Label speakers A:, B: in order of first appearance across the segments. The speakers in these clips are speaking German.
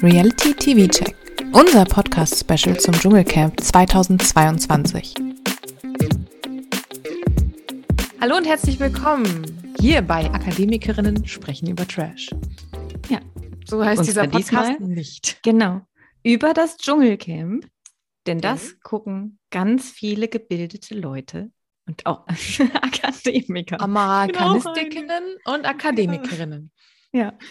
A: Reality TV Check, unser Podcast-Special zum Dschungelcamp 2022. Hallo und herzlich willkommen hier bei Akademikerinnen sprechen über Trash.
B: Ja.
A: So heißt
B: Und
A: dieser
B: zwar diesmal-
A: Podcast nicht.
B: Genau. Über das Dschungelcamp. Denn das gucken ganz viele gebildete Leute und auch Akademiker.
A: Amerikanistinnen und Akademikerinnen.
B: Ja.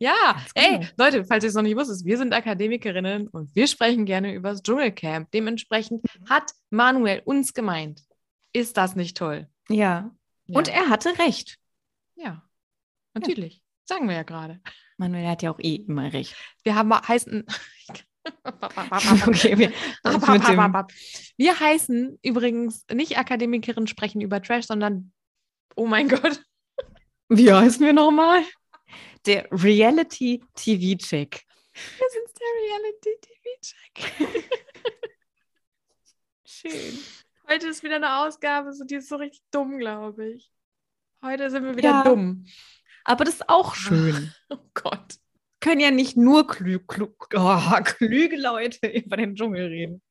A: Ja,
B: genau.
A: ey, Leute, falls ihr es noch nicht wusstet, wir sind Akademikerinnen und wir sprechen gerne über das Dschungelcamp. Dementsprechend
B: Mhm.
A: hat Manuel uns gemeint. Ist das nicht toll?
B: ja. Und
A: Ja.
B: er hatte recht.
A: Ja, natürlich. Sagen wir ja gerade.
B: Manuel hat ja auch eh immer recht.
A: Wir haben heißen.
B: okay, wir,
A: Ab,
B: das
A: ab,
B: mit
A: ab,
B: dem,
A: ab, ab. Wir heißen übrigens nicht Akademikerinnen sprechen über Trash, sondern oh mein Gott,
B: wie heißen wir nochmal? Der Reality TV Check.
A: wir sind der Reality TV Check.
B: Schön.
A: Heute ist wieder eine Ausgabe, so, die ist so richtig dumm, glaube ich. Heute sind wir wieder
B: Ja.
A: dumm.
B: Aber das ist auch schön.
A: Oh Gott.
B: Ah. Können ja nicht nur klü klü oh, klüge Leute über den Dschungel reden.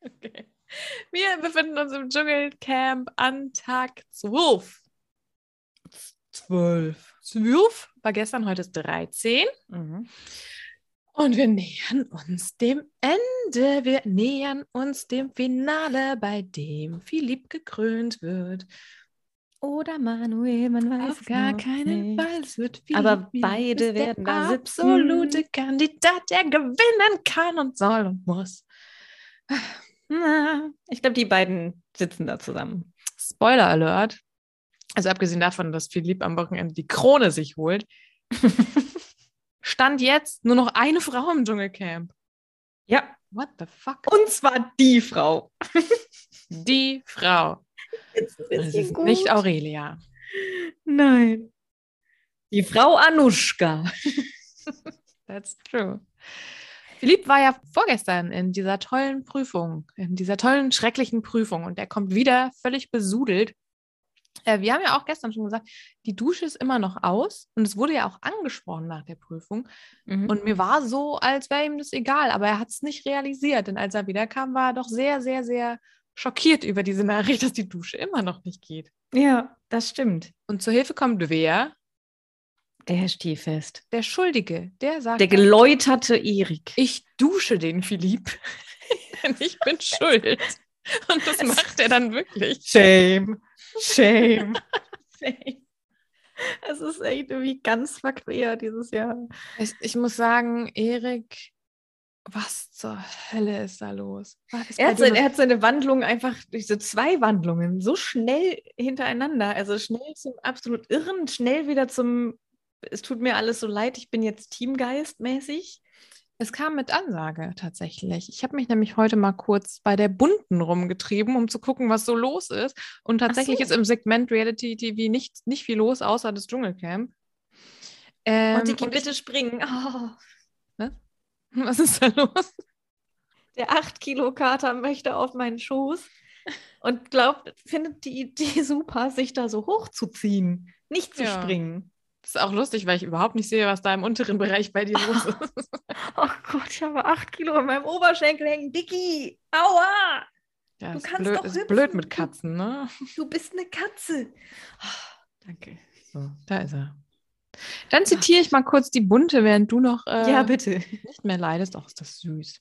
A: Okay. Wir befinden uns im Dschungelcamp an Tag 12.
B: Zwölf.
A: 12 war gestern, heute ist 13.
B: Mhm.
A: Und wir nähern uns dem Ende. Wir nähern uns dem Finale, bei dem Philipp gekrönt wird.
B: Oder Manuel, man weiß
A: Auf gar
B: noch
A: keinen
B: nicht.
A: Fall. Es wird Philipp.
B: Aber
A: Philipp
B: beide
A: ist
B: werden
A: der
B: da sitzen.
A: absolute Kandidat, der gewinnen kann und soll und muss.
B: Na, ich glaube, die beiden sitzen da zusammen.
A: Spoiler Alert. Also abgesehen davon, dass Philipp am Wochenende die Krone sich holt, stand jetzt nur noch eine Frau im Dschungelcamp.
B: Ja,
A: What the fuck?
B: und zwar die Frau.
A: die Frau.
B: Also,
A: Das ist nicht Aurelia.
B: Nein. Die Frau Anuschka.
A: That's true. Philipp war ja vorgestern in dieser tollen Prüfung, in dieser tollen, schrecklichen Prüfung und er kommt wieder völlig besudelt. Äh, wir haben ja auch gestern schon gesagt, die Dusche ist immer noch aus und es wurde ja auch angesprochen nach der Prüfung.
B: Und
A: Und mir war so, als wäre ihm das egal, aber er hat es nicht realisiert, denn als er wiederkam, war er doch sehr, sehr, sehr schockiert über diese Nachricht, dass die Dusche immer noch nicht geht.
B: ja, das stimmt.
A: Und zur Hilfe kommt wer?
B: Der Herr Stiefest.
A: Der Schuldige, der sagt,
B: Der geläuterte Erik.
A: ich dusche den Philipp, denn ich bin schuld. Und das macht er dann wirklich.
B: Shame. Shame. Shame. Es ist echt irgendwie ganz verquer dieses Jahr.
A: Ich, ich muss sagen, Erik, was zur Hölle ist da los? Was ist
B: Er
A: bei
B: hat,
A: dir
B: sein,
A: los?
B: er hat seine Wandlung einfach, diese zwei Wandlungen, so schnell hintereinander. Also schnell zum absolut Irren, schnell wieder zum, es tut mir alles so leid, ich bin jetzt Teamgeist-mäßig.
A: es kam mit Ansage tatsächlich. Ich habe mich nämlich heute mal kurz bei der Bunten rumgetrieben, um zu gucken, was so los ist. Und tatsächlich
B: so.
A: ist im Segment Reality TV nicht, nicht viel los, außer das Dschungelcamp. Ähm,
B: und die
A: und ich,
B: bitte springen. Oh,
A: was ist da los?
B: der 8-Kilo-Kater möchte auf meinen Schoß und glaubt, findet die Idee super, sich da so hochzuziehen, nicht zu
A: Ja.
B: springen.
A: Das ist auch lustig, weil ich überhaupt nicht sehe, was da im unteren Bereich bei dir los ist.
B: Oh Gott, ich habe 8 Kilo in meinem Oberschenkel hängen. Dicky, aua!
A: Ja,
B: Du
A: ist
B: kannst
A: blöd,
B: doch
A: ist blöd
B: hüpfen.
A: mit Katzen, ne?
B: Du bist eine Katze. Oh, Danke.
A: Da ist er. Dann zitiere ich mal kurz die Bunte, während du noch äh,
B: Ja, bitte.
A: nicht mehr leidest. Ach, ist das süß.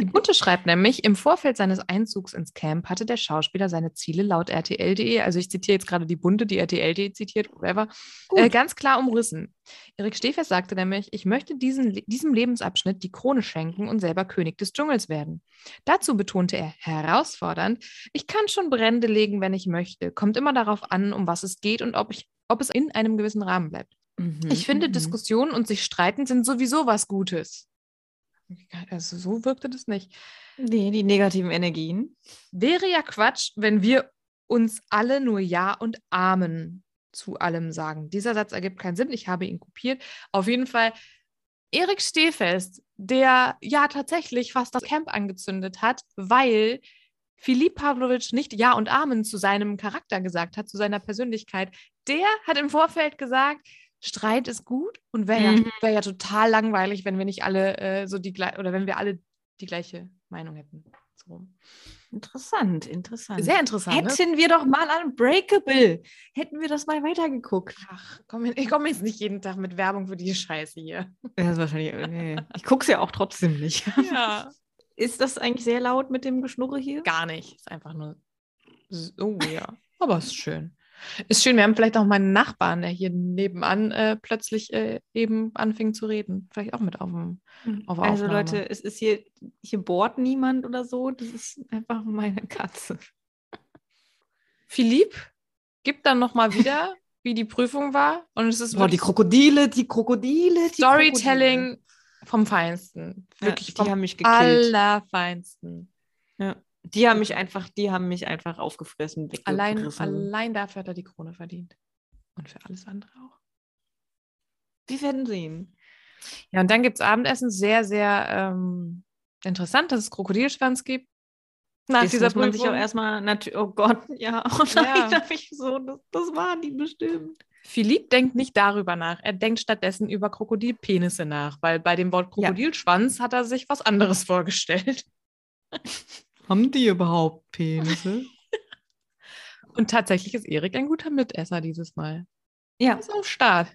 A: Die Bunte schreibt nämlich, im Vorfeld seines Einzugs ins Camp hatte der Schauspieler seine Ziele laut RTL.de, also ich zitiere jetzt gerade die Bunte, die RTL.de zitiert, whatever, äh, ganz klar umrissen. Erik Stefers sagte nämlich, ich möchte diesen, diesem Lebensabschnitt die Krone schenken und selber König des Dschungels werden. Dazu betonte er herausfordernd, ich kann schon Brände legen, wenn ich möchte. Kommt immer darauf an, um was es geht und ob, ich, ob es in einem gewissen Rahmen bleibt.
B: mhm,
A: Ich finde, Diskussionen und sich streiten sind sowieso was Gutes. Also so wirkte das nicht.
B: Nee, die negativen Energien.
A: Wäre ja Quatsch, wenn wir uns alle nur Ja und Amen zu allem sagen. Dieser Satz ergibt keinen Sinn. Ich habe ihn kopiert. Auf jeden Fall Erik Stehfest, der ja tatsächlich fast das Camp angezündet hat, weil Filip Pavlovic nicht Ja und Amen zu seinem Charakter gesagt hat, zu seiner Persönlichkeit. Der hat im Vorfeld gesagt, Streit ist gut und wäre ja,
B: Mhm.
A: wär ja total langweilig, wenn wir nicht alle äh, so die gleiche oder wenn wir alle die gleiche Meinung hätten. So.
B: Interessant, interessant.
A: Sehr interessant. Ne?
B: Hätten wir doch mal an Breakable, hätten wir das mal weitergeguckt.
A: Ach, komm, ich komme jetzt nicht jeden Tag mit Werbung für die Scheiße hier.
B: Ja, ist wahrscheinlich. äh, Nee. Ich gucke es ja auch trotzdem nicht.
A: Ja.
B: Ist das eigentlich sehr laut mit dem Geschnurre hier?
A: Gar nicht. Ist einfach nur so, ja. Aber ist schön. Ist schön, wir haben vielleicht auch meinen Nachbarn, der hier nebenan äh, plötzlich äh, eben anfing zu reden. Vielleicht auch mit auf dem. auf
B: also
A: Aufnahme.
B: Leute, es ist hier, hier bohrt niemand oder so. Das ist einfach meine Katze.
A: Philipp, gib dann nochmal wieder, wie die Prüfung war. Und es ist wirklich
B: Krokodile, die Krokodile, die
A: Storytelling vom Feinsten. Wirklich
B: ja, äh, die
A: vom
B: haben mich gekillt.
A: allerfeinsten.
B: Die haben mich einfach, die haben mich einfach aufgefressen,
A: Allein,
B: weggerissen.
A: allein dafür hat er die Krone verdient. Und für alles andere auch.
B: Wir werden sehen.
A: Ja, und dann gibt es Abendessen, sehr, sehr ähm, interessant, dass es Krokodilschwanz gibt. Nach
B: das
A: dieser
B: muss man sich auch
A: Prüfung.
B: erstmal natürlich. Oh Gott, ja. Oh
A: Ja.
B: nein, hab ich so, das, das waren die bestimmt.
A: Philipp denkt nicht darüber nach. Er denkt stattdessen über Krokodilpenisse nach, weil bei dem Wort
B: Ja.
A: Krokodilschwanz hat er sich was anderes vorgestellt.
B: Haben die überhaupt Penisse?
A: Und tatsächlich ist Erik ein guter Mitesser dieses Mal. Er
B: ja,
A: ist auf Start.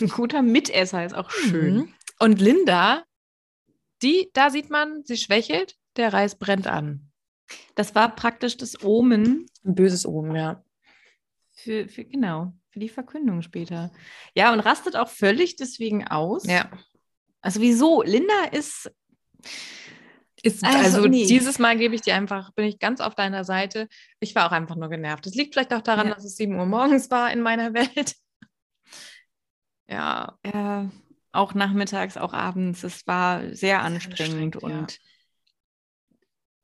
B: ein guter Mitesser ist auch schön.
A: Mhm. Und Linda, die, da sieht man, sie schwächelt, der Reis brennt an.
B: Das war praktisch das Omen
A: Ein böses Omen, ja.
B: für, für genau, für die Verkündung später. Ja, und rastet auch völlig deswegen aus.
A: Ja.
B: Also wieso? Linda ist
A: Ist, also
B: Also, nee.
A: dieses Mal gebe ich dir einfach, bin ich ganz auf deiner Seite. Ich war auch einfach nur genervt. Es liegt vielleicht auch daran,
B: Ja.
A: dass es 7 Uhr morgens war in meiner Welt. Ja,
B: äh, auch nachmittags, auch abends. Es war sehr
A: anstrengend,
B: anstrengend,
A: ja.
B: und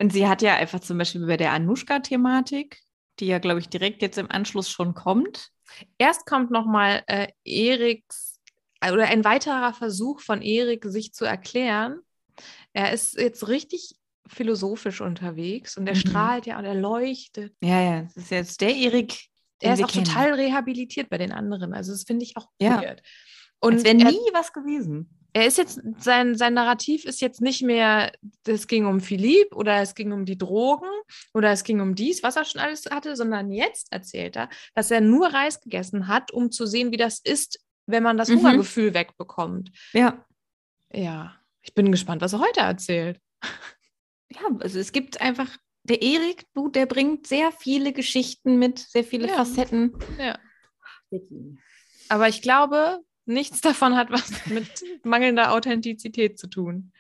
B: und sie hat ja einfach zum Beispiel bei der Anushka-Thematik, die ja glaube ich direkt jetzt im Anschluss schon kommt.
A: erst kommt nochmal äh, Eriks äh, oder ein weiterer Versuch von Erik, sich zu erklären. Er ist jetzt richtig philosophisch unterwegs und er
B: Mhm.
A: strahlt ja und er leuchtet.
B: Ja, ja, das ist jetzt der Erik. den
A: Er ist
B: wir
A: auch
B: kennen.
A: total rehabilitiert bei den anderen. Also, das finde ich auch
B: Ja.
A: weird.
B: Als wäre
A: er-
B: nie was gewesen.
A: er ist jetzt, sein, sein Narrativ ist jetzt nicht mehr, es ging um Philipp oder es ging um die Drogen oder es ging um dies, was er schon alles hatte, sondern jetzt erzählt er, dass er nur Reis gegessen hat, um zu sehen, wie das ist, wenn man das
B: Mhm.
A: Hungergefühl wegbekommt.
B: Ja.
A: Ja, ich bin gespannt, was er heute erzählt.
B: Ja, also es gibt einfach, der Erik, du, der bringt sehr viele Geschichten mit, sehr viele
A: Ja.
B: Facetten.
A: Ja. Aber ich glaube, nichts davon hat was mit mangelnder Authentizität zu tun.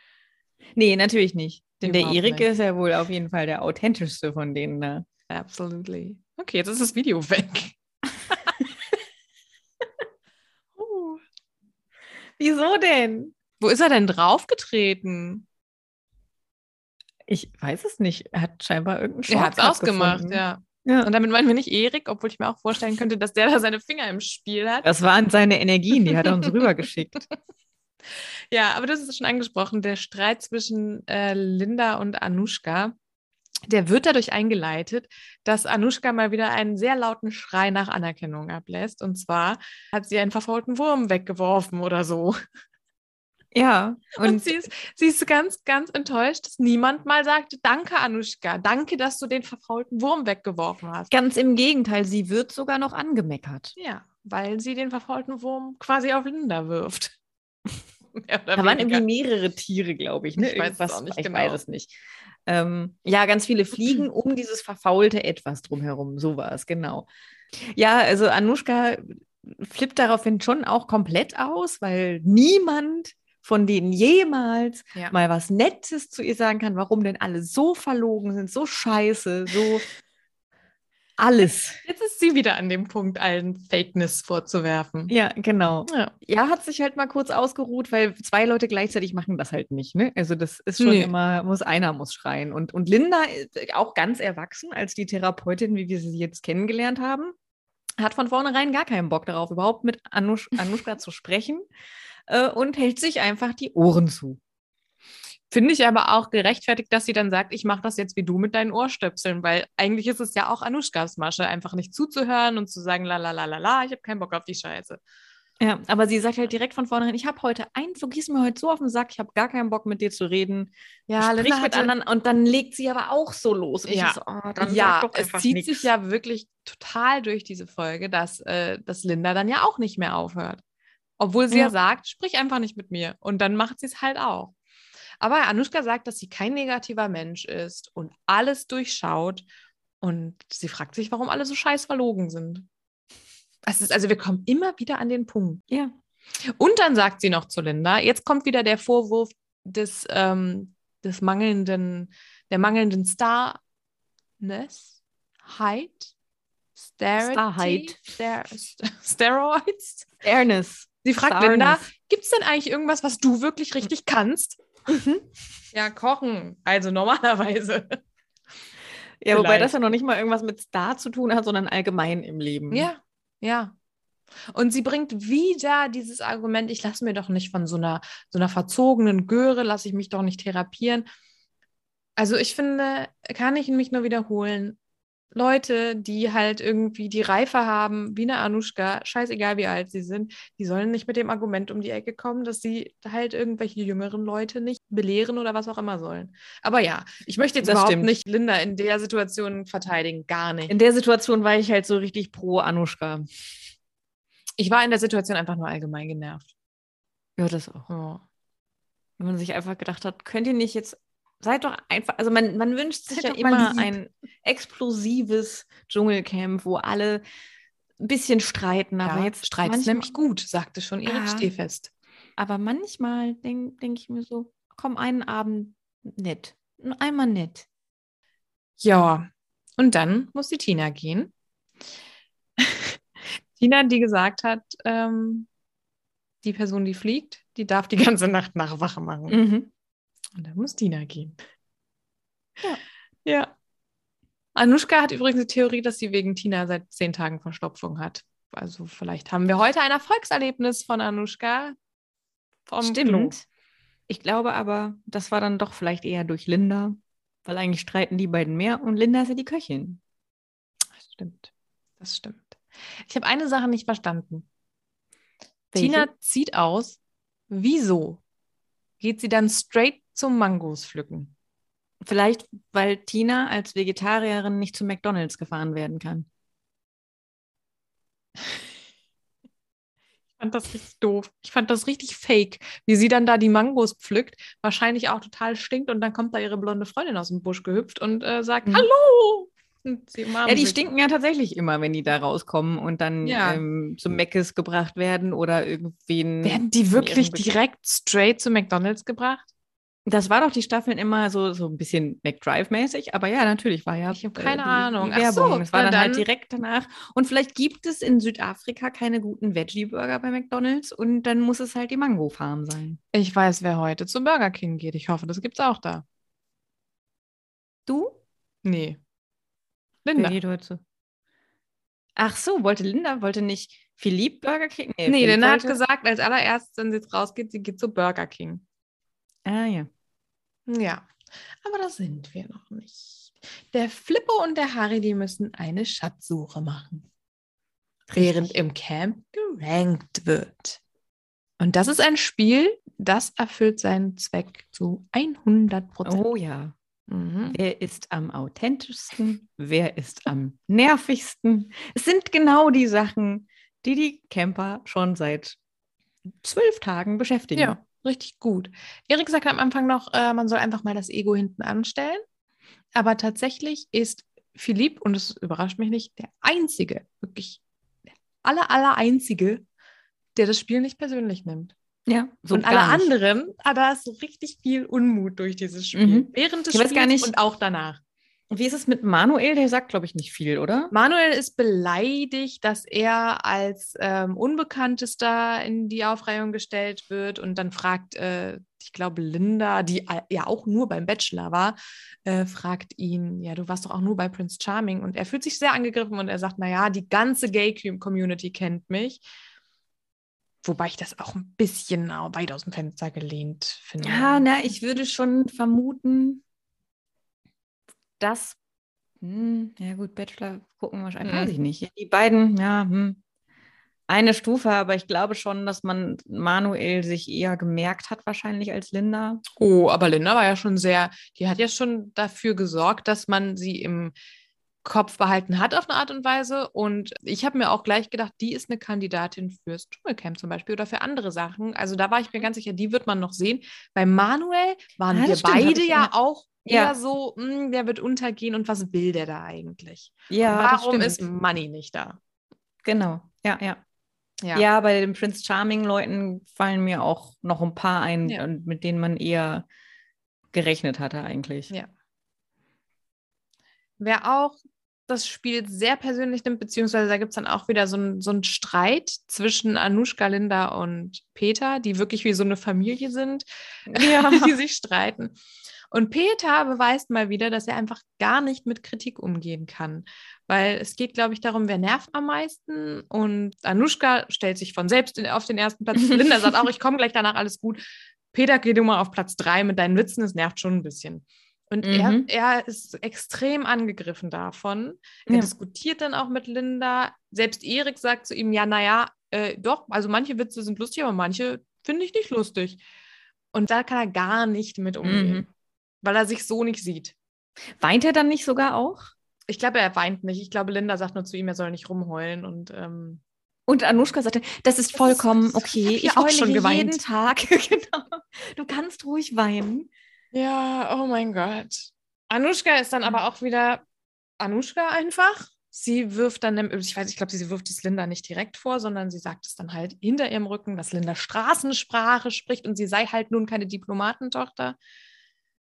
B: Nee, natürlich nicht. Denn
A: Überhaupt
B: der Erik
A: nicht.
B: ist ja wohl auf jeden Fall der authentischste von denen da.
A: Absolutely. Okay, jetzt ist das Video weg. uh.
B: Wieso denn?
A: Wo ist er denn draufgetreten?
B: Ich weiß es nicht. Er hat scheinbar irgendeinen
A: Er hat es
B: Shortcut
A: ausgemacht,
B: gefunden.
A: ja.
B: Ja.
A: Und damit meinen wir nicht Erik, obwohl ich mir auch vorstellen könnte, dass der da seine Finger im Spiel hat.
B: Das waren seine Energien, die hat er uns rübergeschickt.
A: Ja, aber das ist schon angesprochen, der Streit zwischen äh, Linda und Anushka. Der wird dadurch eingeleitet, dass Anushka mal wieder einen sehr lauten Schrei nach Anerkennung ablässt. Und zwar hat sie einen verfaulten Wurm weggeworfen oder so.
B: Ja.
A: Und,
B: Und
A: sie, ist, sie ist ganz, ganz enttäuscht, dass niemand mal sagte, danke Anushka, danke, dass du den verfaulten Wurm weggeworfen hast.
B: ganz im Gegenteil, sie wird sogar noch angemeckert.
A: Ja, weil sie den verfaulten Wurm quasi auf Linda wirft. Mehr oder
B: Da waren
A: weniger.
B: irgendwie mehrere Tiere, glaube ich. Ne?
A: Ich weiß es
B: Irgendwas-
A: auch nicht
B: ich
A: genau.
B: weiß es nicht. Ähm, ja, ganz viele Fliegen um dieses verfaulte Etwas drumherum. So war es, genau. Ja, also Anushka flippt daraufhin schon auch komplett aus, weil niemand von denen jemals
A: Ja.
B: mal was Nettes zu ihr sagen kann, warum denn alle so verlogen sind, so scheiße, so alles.
A: Jetzt ist sie wieder an dem Punkt, allen Fakeness vorzuwerfen.
B: Ja, genau.
A: Ja.
B: Ja, hat sich halt mal kurz ausgeruht, weil zwei Leute gleichzeitig machen das halt nicht. Ne? Also das ist schon
A: Nee.
B: immer, muss einer muss schreien. Und, und Linda, äh, auch ganz erwachsen als die Therapeutin, wie wir sie jetzt kennengelernt haben, hat von vornherein gar keinen Bock darauf, überhaupt mit Anush Anushka zu sprechen äh, und hält sich einfach die Ohren zu.
A: Finde ich aber auch gerechtfertigt, dass sie dann sagt, ich mache das jetzt wie du mit deinen Ohrstöpseln, weil eigentlich ist es ja auch Anushkas Masche, einfach nicht zuzuhören und zu sagen, la la la la la, ich habe keinen Bock auf die Scheiße.
B: Ja, aber sie sagt halt direkt von vornherein, ich habe heute eins, du gehst mir heute so auf den Sack, ich habe gar keinen Bock mit dir zu reden.
A: Ja,
B: Sprich
A: Linda
B: mit
A: hatte-
B: anderen und dann legt sie aber auch so los. Und
A: Ja.
B: ich so, oh, dann
A: ja,
B: sag doch
A: es
B: einfach
A: zieht
B: nix.
A: sich ja wirklich total durch diese Folge, dass, äh, dass Linda dann ja auch nicht mehr aufhört. Obwohl sie ja.
B: Ja.
A: sagt, sprich einfach nicht mit mir. Und dann macht sie es halt auch. Aber Anushka sagt, dass sie kein negativer Mensch ist und alles durchschaut. Und sie fragt sich, warum alle so scheiß verlogen sind. Es ist, also wir kommen immer wieder an den Punkt.
B: Ja.
A: Und dann sagt sie noch zu Linda, jetzt kommt wieder der Vorwurf des, ähm, des mangelnden, der mangelnden Starness, Height, Starity,
B: Starheit.
A: Star Steroids.
B: Fairness.
A: Sie fragt Linda, gibt es denn eigentlich irgendwas, was du wirklich richtig kannst? Ja, kochen. Also normalerweise.
B: Ja, wobei
A: Vielleicht.
B: das ja noch nicht mal irgendwas mit Star zu tun hat, sondern allgemein im Leben.
A: Ja, ja. Und sie bringt wieder dieses Argument, ich lasse mir doch nicht von so einer, so einer verzogenen Göre, lasse ich mich doch nicht therapieren. Also ich finde, kann ich mich nur wiederholen, Leute, die halt irgendwie die Reife haben, wie eine Anuschka, scheißegal wie alt sie sind, die sollen nicht mit dem Argument um die Ecke kommen, dass sie halt irgendwelche jüngeren Leute nicht belehren oder was auch immer sollen. Aber ja, ich möchte jetzt
B: Das
A: überhaupt
B: stimmt.
A: nicht Linda in der Situation verteidigen, gar nicht.
B: In der Situation war ich halt so richtig pro Anuschka.
A: Ich war in der Situation einfach nur allgemein genervt.
B: Ja, das auch.
A: Ja.
B: Wenn man sich einfach gedacht hat, könnt ihr nicht jetzt, seid doch einfach, also man, man wünscht sich
A: Seid
B: ja
A: doch mal
B: immer
A: lieb.
B: ein explosives Dschungelcamp, wo alle ein bisschen streiten, aber jetzt
A: Streit ist
B: manchmal-
A: nämlich gut, sagte schon Erik
B: Ah.
A: Stehfest.
B: Aber manchmal denke denk ich mir so, komm, einen Abend nett. Einmal nett.
A: Ja, und dann muss die Tina gehen. Tina, die gesagt hat, ähm, die Person, die fliegt, die darf die ganze Nacht Nachwache machen.
B: Mhm.
A: Und dann muss Tina gehen.
B: Ja.
A: ja. Anushka hat übrigens die Theorie, dass sie wegen Tina seit zehn Tagen Verstopfung hat. Also vielleicht haben wir heute ein Erfolgserlebnis von Anushka. vom Klo.
B: Stimmt. Ich glaube aber, das war dann doch vielleicht eher durch Linda, weil eigentlich streiten die beiden mehr und Linda ist ja die Köchin.
A: Das stimmt. Das stimmt. Ich habe eine Sache nicht verstanden.
B: Welche?
A: Tina zieht aus. Wieso geht sie dann straight zum Mangos pflücken?
B: Vielleicht, weil Tina als Vegetarierin nicht zu McDonalds gefahren werden kann.
A: Ich fand das richtig doof. Ich fand das richtig fake, wie sie dann da die Mangos pflückt, wahrscheinlich auch total stinkt und dann kommt da ihre blonde Freundin aus dem Busch gehüpft und äh, sagt
B: Mhm.
A: Hallo. Und sie umarmen
B: Ja, die
A: sich.
B: stinken ja tatsächlich immer, wenn die da rauskommen und dann
A: Ja.
B: ähm, zu Meckes gebracht werden oder irgendwen.
A: Werden die
B: von ihrem
A: wirklich
B: Be-
A: direkt straight zu McDonald's gebracht?
B: Das war doch die Staffeln immer so, so ein bisschen McDrive-mäßig, aber ja, natürlich war ja.
A: Ich hab
B: äh,
A: keine
B: die,
A: Ahnung.
B: Die
A: Ach so,
B: Werbung. es war
A: na
B: dann, halt
A: dann.
B: direkt danach. Und vielleicht gibt es in Südafrika keine guten Veggie-Burger bei McDonalds und dann muss es halt die Mango-Farm sein.
A: Ich weiß, wer heute zu Burger King geht. Ich hoffe, das gibt's auch da.
B: Du?
A: Nee.
B: Wer
A: Linda.
B: geht heute? zu- Ach so, wollte Linda, wollte nicht Philipp Burger King?
A: Nee,
B: Philipp
A: Linda hat
B: wollte-
A: gesagt, als allererstes, wenn sie jetzt rausgeht, sie geht zu Burger King.
B: Ah ja.
A: Ja, aber da sind wir noch nicht. Der Flippo und der Harry, die müssen eine Schatzsuche machen. Während im Camp gerankt wird. Und das ist ein Spiel, das erfüllt seinen Zweck zu 100 Prozent.
B: Oh ja.
A: Mhm.
B: Wer ist am authentischsten? Wer ist am nervigsten? Es sind genau die Sachen, die die Camper schon seit zwölf Tagen beschäftigen.
A: Ja, richtig gut. Erik sagt am Anfang noch, äh, man soll einfach mal das Ego hinten anstellen. Aber tatsächlich ist Philipp, und es überrascht mich nicht, der Einzige, wirklich der aller, aller Einzige, der das Spiel nicht persönlich nimmt.
B: ja so
A: und alle anderen, ah, da ist so richtig viel Unmut durch dieses Spiel.
B: Mhm.
A: Während des
B: Ich weiß
A: Spiels
B: gar nicht-
A: und auch danach.
B: Wie ist es mit Manuel? Der sagt, glaube ich, nicht viel, oder?
A: Manuel ist beleidigt, dass er als ähm, Unbekanntester in die Aufreihung gestellt wird und dann fragt, äh, ich glaube, Linda, die a- ja auch nur beim Bachelor war, äh, fragt ihn, ja, du warst doch auch nur bei Prince Charming und er fühlt sich sehr angegriffen und er sagt, naja, die ganze Gay-Community kennt mich. Wobei ich das auch ein bisschen au- weit aus dem Fenster gelehnt finde.
B: Ja, na, ich würde schon vermuten, dass. Hm, ja, gut, Bachelor gucken wahrscheinlich.
A: Mhm.
B: Weiß ich nicht. Die beiden, ja, hm. eine Stufe, aber ich glaube schon, dass man Manuel sich eher gemerkt hat, wahrscheinlich als Linda.
A: Oh, aber Linda war ja schon sehr, die hat ja schon dafür gesorgt, dass man sie im Kopf behalten hat auf eine Art und Weise. Und ich habe mir auch gleich gedacht, die ist eine Kandidatin fürs Dschungelcamp zum Beispiel oder für andere Sachen. Also da war ich mir ganz sicher, die wird man noch sehen. Bei Manuel waren
B: Ah,
A: wir
B: das stimmt, hab
A: beide
B: ich
A: ja
B: mir-
A: auch
B: Ja.
A: eher so, "Mh, der wird untergehen und was will der da eigentlich?
B: das
A: Warum
B: stimmt.
A: ist Money nicht da?
B: Genau, ja, ja. Ja. bei den Prince Charming-Leuten fallen mir auch noch ein paar ein,
A: Ja.
B: und mit denen man eher gerechnet hatte eigentlich.
A: Ja. Wer auch das Spiel sehr persönlich nimmt, beziehungsweise da gibt es dann auch wieder so einen so einen Streit zwischen Anushka, Linda und Peter, die wirklich wie so eine Familie sind, die sich streiten. Und Peter beweist mal wieder, dass er einfach gar nicht mit Kritik umgehen kann. Weil es geht, glaube ich, darum, wer nervt am meisten. Und Anushka stellt sich von selbst in, auf den ersten Platz. Linda sagt auch, ich komme gleich danach, alles gut. Peter, geh du mal auf Platz drei mit deinen Witzen, es nervt schon ein bisschen. Und
B: Mhm.
A: er, er ist extrem angegriffen davon. Er
B: Ja.
A: diskutiert dann auch mit Linda. Selbst Erik sagt zu ihm, ja, naja, äh, doch, also manche Witze sind lustig, aber manche finde ich nicht lustig. Und da kann er gar nicht mit umgehen,
B: Mhm.
A: weil er sich so nicht sieht.
B: Weint er dann nicht sogar auch?
A: Ich glaube, er weint nicht. Ich glaube, Linda sagt nur zu ihm, er soll nicht rumheulen. Und ähm,
B: Und Anushka sagte, das ist
A: ist-
B: vollkommen
A: ich hab
B: okay.
A: hier
B: Ich
A: auch
B: heule
A: schon
B: hier
A: geweint.
B: jeden Tag. genau. Du kannst ruhig weinen.
A: ja, oh mein Gott. Anushka ist dann
B: Mhm.
A: aber auch wieder Anushka einfach. Sie wirft dann, ich weiß, ich glaube, sie wirft es Linda nicht direkt vor, sondern sie sagt es dann halt hinter ihrem Rücken, dass Linda Straßensprache spricht und sie sei halt nun keine Diplomatentochter.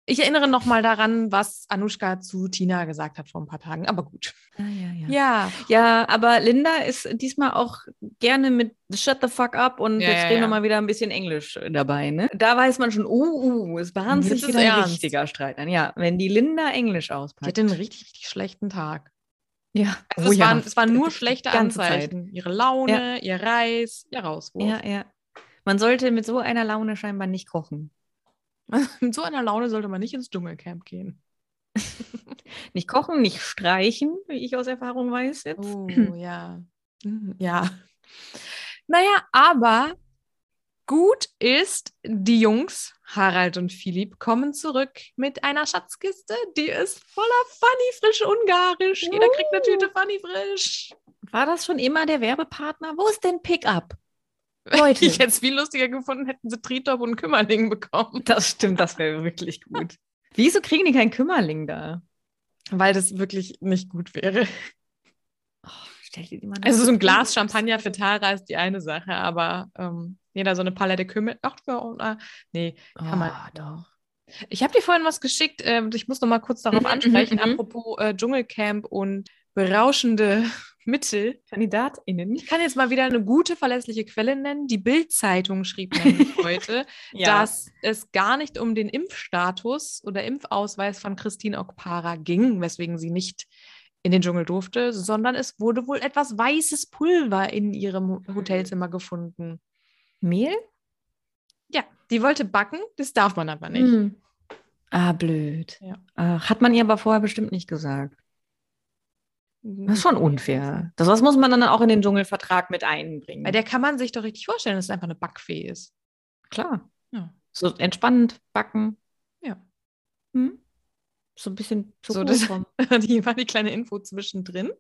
A: Ich erinnere nochmal daran, was Anushka zu Tina gesagt hat vor ein paar Tagen, aber gut.
B: Ah, ja, ja. ja.
A: Ja,
B: aber Linda ist diesmal auch gerne mit Shut the fuck up und
A: Ja,
B: jetzt
A: ja,
B: reden
A: ja.
B: wir mal wieder ein bisschen Englisch dabei. Ne? Da weiß man schon, uh, uh, es bahnt
A: Jetzt
B: sich
A: ist
B: wieder ein
A: ernst.
B: richtiger Streit an. Ja, wenn die Linda Englisch
A: die
B: auspackt.
A: hatte einen richtig, richtig schlechten Tag.
B: ja.
A: Also es,
B: Oh ja.
A: waren, es waren nur
B: Die
A: schlechte
B: ganze Zeit.
A: Anzeichen. Ihre Laune, ihr Reis, ihr Rauswurf.
B: Ja, ja. Man sollte mit so einer Laune scheinbar nicht kochen.
A: Mit so einer Laune sollte man nicht ins Dschungelcamp gehen.
B: Nicht kochen, nicht streichen, wie ich aus Erfahrung weiß jetzt.
A: Oh, ja. Mhm, Ja. Naja, aber gut ist, die Jungs, Harald und Philipp, kommen zurück mit einer Schatzkiste, die ist voller Funny Frisch Ungarisch. Jeder kriegt eine Tüte Funny Frisch.
B: War das schon immer der Werbepartner? Wo ist denn Pickup? Leute.
A: Ich hätte es viel lustiger gefunden, hätten sie Tritop und Kümmerling bekommen.
B: Das stimmt, das wäre wirklich gut. Wieso kriegen die keinen Kümmerling da?
A: Weil das wirklich nicht gut wäre.
B: Oh, stell dir die mal
A: Also so ein Glas Champagner für Tara ist die eine Sache, aber ähm, nee, da so eine Palette Kümmel. Ach, ja, und, ah, nee. kann man-
B: Oh, doch.
A: Ich habe dir vorhin was geschickt. ähm, ich muss noch mal kurz darauf
B: Mhm,
A: ansprechen.
B: mhm, mhm.
A: Apropos äh, Dschungelcamp und berauschende Mittel.
B: KandidatInnen.
A: Ich kann jetzt mal wieder eine gute, verlässliche Quelle nennen. Die Bild-Zeitung schrieb nämlich heute, dass es gar nicht um den Impfstatus oder Impfausweis von Christine Okpara ging, weswegen sie nicht in den Dschungel durfte, sondern es wurde wohl etwas weißes Pulver in ihrem
B: Mhm.
A: Hotelzimmer gefunden.
B: Mehl?
A: Ja, die wollte backen, das darf man aber nicht.
B: Hm. Ah, blöd.
A: Ja.
B: Ach, hat man ihr aber vorher bestimmt nicht gesagt.
A: Mhm.
B: Das ist schon unfair. Das was muss man dann auch in den Dschungelvertrag mit einbringen.
A: Bei der kann man sich doch richtig vorstellen, dass es einfach eine Backfee ist.
B: Klar.
A: Ja.
B: So entspannend backen.
A: Ja.
B: Hm? So ein bisschen zur
A: So,
B: Ruhe
A: das-
B: kommen.
A: die war die kleine Info zwischendrin.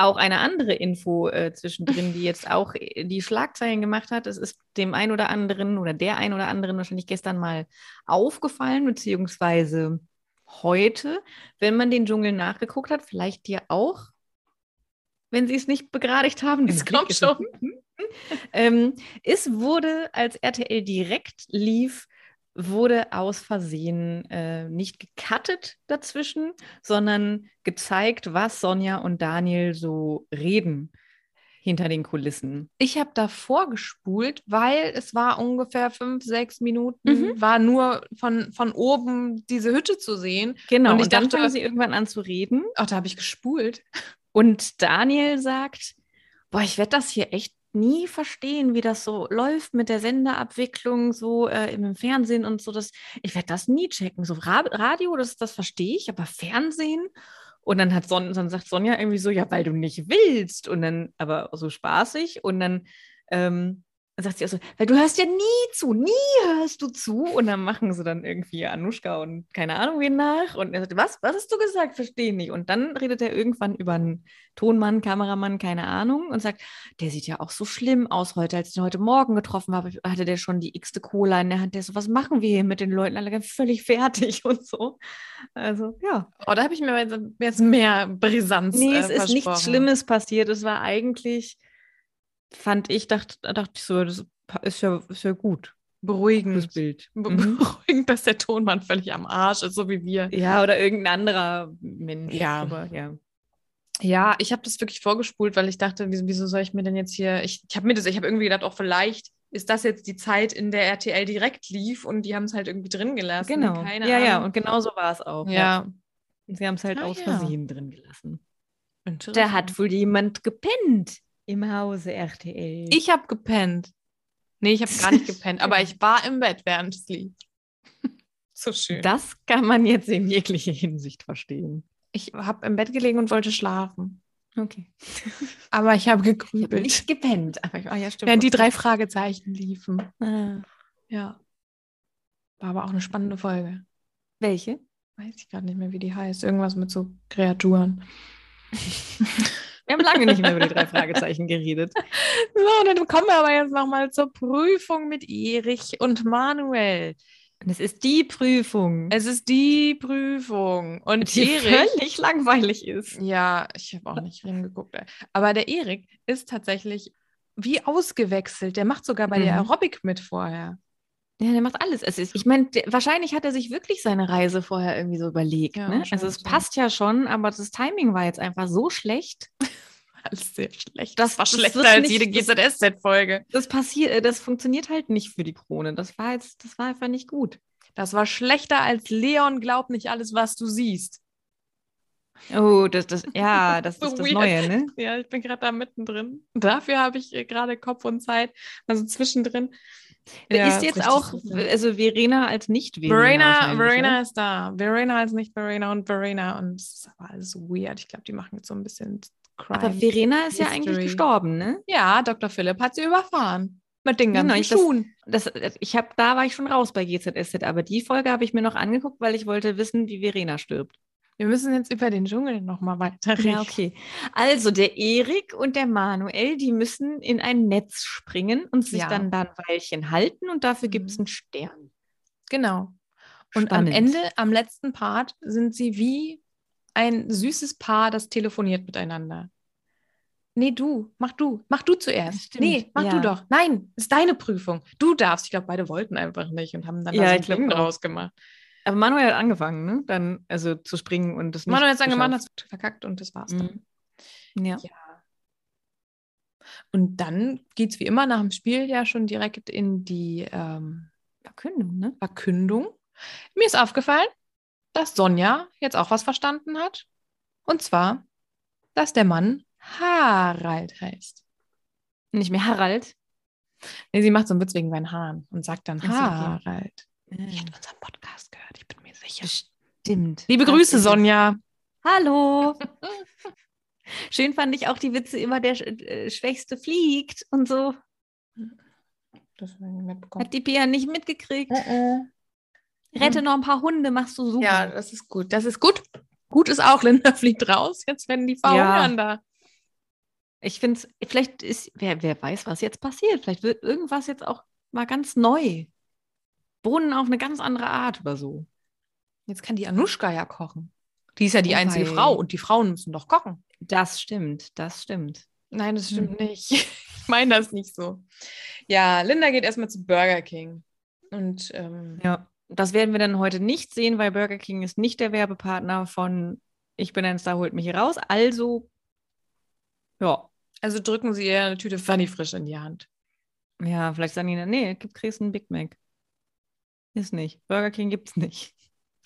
B: Auch eine andere Info äh, zwischendrin, die jetzt auch äh, die Schlagzeilen gemacht hat. Es ist dem einen oder anderen oder der einen oder anderen wahrscheinlich gestern mal aufgefallen, beziehungsweise heute, wenn man den Dschungel nachgeguckt hat, vielleicht dir auch, wenn sie es nicht begradigt haben.
A: Es
B: Dein Blick
A: kommt
B: ist- Hm?
A: schon.
B: Ähm, es wurde, als RTL direkt lief, wurde aus Versehen äh, nicht gecuttet dazwischen, sondern gezeigt, was Sonja und Daniel so reden hinter den Kulissen.
A: Ich habe davor gespult, weil es war ungefähr fünf, sechs Minuten,
B: Mhm.
A: war nur von, von oben diese Hütte zu sehen.
B: Genau,
A: Und
B: und,
A: ich
B: dann
A: dachte-
B: fangen sie irgendwann an zu reden
A: Ach, da habe ich gespult.
B: und Daniel sagt, boah, ich werde das hier echt nie verstehen, wie das so läuft mit der Senderabwicklung so äh, im Fernsehen und so. Das, ich werde das nie checken. So Ra Radio, das, das verstehe ich, aber Fernsehen. Und dann hat Son dann sagt Sonja irgendwie so, ja, weil du nicht willst. Und dann, aber so spaßig. Und dann ähm, sagt sie auch so, weil du hörst ja nie zu, nie hörst du zu. Und dann machen sie dann irgendwie Anuschka und keine Ahnung wen nach. Und er sagt, was, was hast du gesagt? Verstehe nicht. Und dann redet er irgendwann über einen Tonmann, Kameramann, keine Ahnung. Und sagt, der sieht ja auch so schlimm aus heute. Als ich ihn heute Morgen getroffen habe, hatte der schon die x-te Cola in der Hand. Der so, was machen wir hier mit den Leuten? Alle ganz völlig fertig und so. Also, ja.
A: Oh, da habe ich mir jetzt- jetzt mehr Brisanz
B: Nee,
A: äh,
B: es ist nichts
A: versprochen.
B: Schlimmes passiert. Es war eigentlich, fand ich, dachte, dachte ich so, das ist ja, ist ja gut, das
A: Beruhigend.
B: Bild.
A: Be-
B: Mhm.
A: Beruhigend, dass der Tonmann völlig am Arsch ist, so wie wir.
B: Ja, oder irgendein anderer Mensch.
A: Ja.
B: aber ja.
A: Ja, ich habe das wirklich vorgespult, weil ich dachte, wieso, wieso soll ich mir denn jetzt hier, ich, ich habe mir das, ich habe irgendwie gedacht, auch vielleicht ist das jetzt die Zeit, in der RTL direkt lief und die haben es halt irgendwie drin gelassen.
B: Genau.
A: Keine
B: ja, ja,
A: Ahnung.
B: und genau so war es auch.
A: ja.
B: Und Sie haben es halt
A: Ah,
B: aus
A: ja.
B: Versehen drin gelassen.
A: Interessant.
B: Da hat wohl jemand gepennt im Hause RTL.
A: Ich habe gepennt. Nee, ich habe gar nicht gepennt, aber ich war im Bett, während es lief. so schön.
B: Das kann man jetzt in jeglicher Hinsicht verstehen.
A: ich habe im Bett gelegen und wollte schlafen.
B: Okay.
A: Aber ich habe
B: Ich habe
A: gegrübelt,
B: nicht gepennt. Aber ich, oh ja, stimmt.
A: während die drei Fragezeichen liefen.
B: Ah,
A: Ja. War aber auch eine spannende Folge.
B: welche?
A: Weiß ich gerade nicht mehr, wie die heißt. Irgendwas mit so Kreaturen.
B: Wir haben lange nicht mehr über die drei Fragezeichen geredet.
A: So, und dann kommen wir aber jetzt nochmal zur Prüfung mit Erich und Manuel.
B: Und es ist die Prüfung,
A: Es ist die Prüfung. Und
B: die
A: Erich.
B: völlig langweilig ist.
A: Ja, ich habe auch nicht hingeguckt. ey. Aber der Erik ist tatsächlich wie ausgewechselt. Der macht sogar bei der
B: Mhm.
A: Aerobic mit vorher.
B: Ja, der macht alles. Es ist, ich meine, der- wahrscheinlich hat er sich wirklich seine Reise vorher irgendwie so überlegt.
A: Ja,
B: ne? Also
A: scheint
B: es
A: so.
B: passt ja schon, aber das Timing war jetzt einfach so schlecht.
A: Alles sehr schlecht.
B: Das-
A: Das war
B: das
A: schlechter
B: wird
A: als
B: nicht-
A: jede
B: das-
A: GZSZ-Folge.
B: Das passiert, äh, das funktioniert halt nicht für die Krone. Das war jetzt, das war einfach nicht gut.
A: Das war schlechter als Leon glaubt nicht alles, was du siehst.
B: Oh, das, das, ja, das
A: So
B: ist das
A: weird.
B: Neue, ne?
A: Ja, ich bin gerade da mittendrin. Dafür habe ich äh, gerade Kopf und Zeit. Also zwischendrin.
B: Da
A: Ja,
B: ist jetzt
A: richtig
B: auch,
A: so.
B: also Verena als nicht Verena.
A: Verena,
B: wahrscheinlich,
A: Verena ist da. Verena ist nicht Verena und Verena. Und es ist aber alles weird. Ich glaube, die machen jetzt so ein bisschen Crime.
B: oder? Aber Verena ist ja eigentlich
A: History.
B: gestorben, ne?
A: Ja, Dr. Philipp hat sie überfahren. Mit den ganzen
B: Genau, ich- das-
A: Schuhen.
B: Das, ich habe, da war ich schon raus bei GZSZ, aber die Folge habe ich mir noch angeguckt, weil ich wollte wissen, wie Verena stirbt.
A: Wir müssen jetzt über den Dschungel nochmal weiterreden.
B: Ja, okay. Also der Erik und der Manuel, die müssen in ein Netz springen und sich
A: Ja.
B: dann da ein Weilchen halten und dafür gibt es
A: Mhm.
B: einen Stern.
A: Genau. Und
B: Spannend.
A: am Ende, am letzten Part, sind sie wie ein süßes Paar, das telefoniert miteinander. Nee, du, mach du, mach du zuerst.
B: Stimmt,
A: nee, mach du
B: ja.
A: doch. Nein, ist deine Prüfung. Du darfst. Ich glaube, beide wollten einfach nicht und haben dann
B: Ja,
A: da so ein
B: ich glaub
A: Ding
B: auch.
A: draus gemacht.
B: Aber Manuel hat angefangen, ne? Dann also zu springen und das nicht
A: Manuel hat dann gemacht,
B: geschafft.
A: hat verkackt und das war's dann.
B: Mhm. Ja.
A: Ja. Und dann geht's wie immer nach dem Spiel ja schon direkt in die ähm,
B: Verkündung, ne?
A: Verkündung. Mir ist aufgefallen, dass Sonja jetzt auch was verstanden hat. Und zwar, dass der Mann Harald heißt.
B: Nicht mehr Harald.
A: Nee, sie macht so einen Witz wegen seinen Haaren und sagt dann
B: Ach so, okay.
A: Harald. Ich
B: Ja.
A: habe unseren Podcast gehört, ich bin mir sicher.
B: Stimmt.
A: Liebe
B: Das
A: Grüße,
B: ist es.
A: Sonja.
B: Hallo. Schön fand ich auch die Witze immer, der Sch äh, Schwächste fliegt und so.
A: Das haben wir nicht mitbekommen.
B: Hat die Pia nicht mitgekriegt. Rette
A: Mhm.
B: noch ein paar Hunde, machst du super.
A: Ja, das ist gut. Das ist gut. Gut ist auch, Linda fliegt raus. Jetzt werden die verhungern da.
B: Ich finde es, vielleicht ist, wer, wer weiß, was jetzt passiert. Vielleicht wird irgendwas jetzt auch mal ganz neu. Bohnen auf eine ganz andere Art oder so.
A: Jetzt kann die Anuschka ja kochen. Die ist ja die
B: Oh
A: einzige
B: wei.
A: Frau und die Frauen müssen doch kochen.
B: Das stimmt, das stimmt.
A: Nein, das stimmt nicht. Ich meine das nicht so. Ja, Linda geht erstmal zu Burger King. Und ähm,
B: Ja. Das werden wir dann heute nicht sehen, weil Burger King ist nicht der Werbepartner von Ich bin ein Star, holt mich hier raus. Also, ja.
A: also drücken sie ihr eine Tüte Funny frisch in die Hand.
B: Ja, vielleicht sagen die, dann, nee, gib kriegst einen Big Mac. Ist nicht. Burger King gibt's nicht.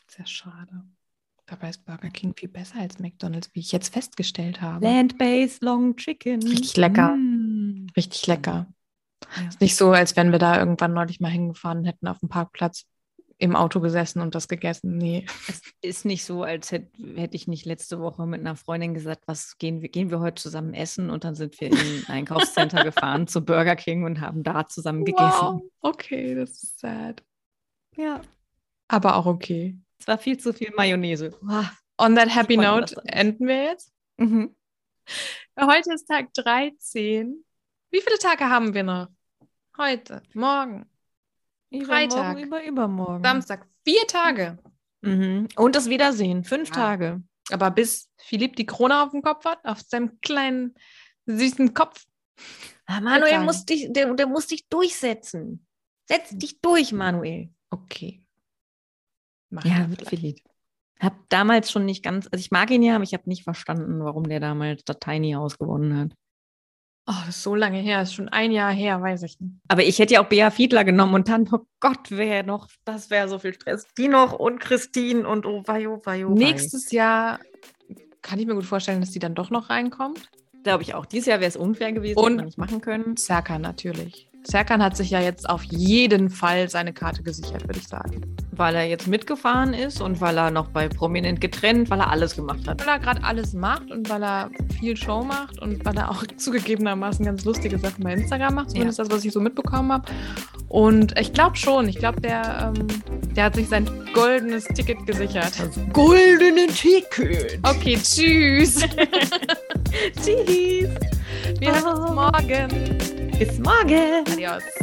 A: Sehr schade. Dabei ist Burger King viel besser als McDonalds, wie ich jetzt festgestellt habe.
B: Land-based Long Chicken.
A: Richtig lecker.
B: Mm.
A: Richtig lecker.
B: Ja.
A: Ist nicht so, als wären wir da irgendwann neulich mal hingefahren und hätten auf dem Parkplatz im Auto gesessen und das gegessen. Nee.
B: Es ist nicht so, als hätte hätt ich nicht letzte Woche mit einer Freundin gesagt, was gehen wir, gehen wir heute zusammen essen und dann sind wir in ein Einkaufscenter gefahren zu Burger King und haben da zusammen gegessen.
A: Wow. Okay, das ist sad.
B: Ja.
A: Aber auch okay.
B: Es war viel zu viel Mayonnaise. Wow.
A: On that happy
B: wollte
A: note
B: das alles.
A: enden wir jetzt.
B: Mhm.
A: Heute ist Tag 13. Wie viele Tage haben wir noch? Heute, morgen,
B: Übermorgen,
A: Freitag.
B: Über, übermorgen.
A: Samstag. Vier Tage.
B: Mhm. Und das Wiedersehen. Fünf
A: Ja.
B: Tage.
A: Aber bis Philipp die Krone auf dem Kopf hat, auf seinem kleinen, süßen Kopf.
B: Ah, Manuel
A: Manuel muss
B: muss dich, der, muss dich durchsetzen. Setz dich durch, Manuel.
A: Okay. Mach
B: Ja,
A: ich vielleicht.
B: Philipp. Hab damals schon nicht ganz, also ich mag ihn ja, aber ich habe nicht verstanden, warum der damals das Tiny House gewonnen hat.
A: Oh, das ist so lange her. Ist schon ein Jahr her, weiß ich nicht.
B: Aber ich hätte ja auch Bea Fiedler genommen und dann, oh Gott, wäre noch, das wäre so viel Stress. Die noch und Christine und oh wei, oh wei, oh wei.
A: Nächstes Jahr kann ich mir gut vorstellen, dass die dann doch noch reinkommt.
B: glaube ich auch. Dieses Jahr wäre es unfair gewesen,
A: Und-
B: hätte man nicht machen können.
A: Serkan natürlich. Serkan hat sich ja jetzt auf jeden Fall seine Karte gesichert, würde ich sagen.
B: Weil er jetzt mitgefahren ist und weil er noch bei Prominent getrennt, weil er alles gemacht hat.
A: Weil er gerade alles macht und weil er viel Show macht und weil er auch zugegebenermaßen ganz lustige Sachen bei Instagram macht, zumindest das, was ich so mitbekommen habe. Und ich glaube schon, ich glaube, der, ähm, der hat sich sein goldenes Ticket gesichert.
B: Das goldene Ticket.
A: Okay, tschüss.
B: Tschüss.
A: Wir hören uns morgen.
B: Bis morgen.
A: Adios.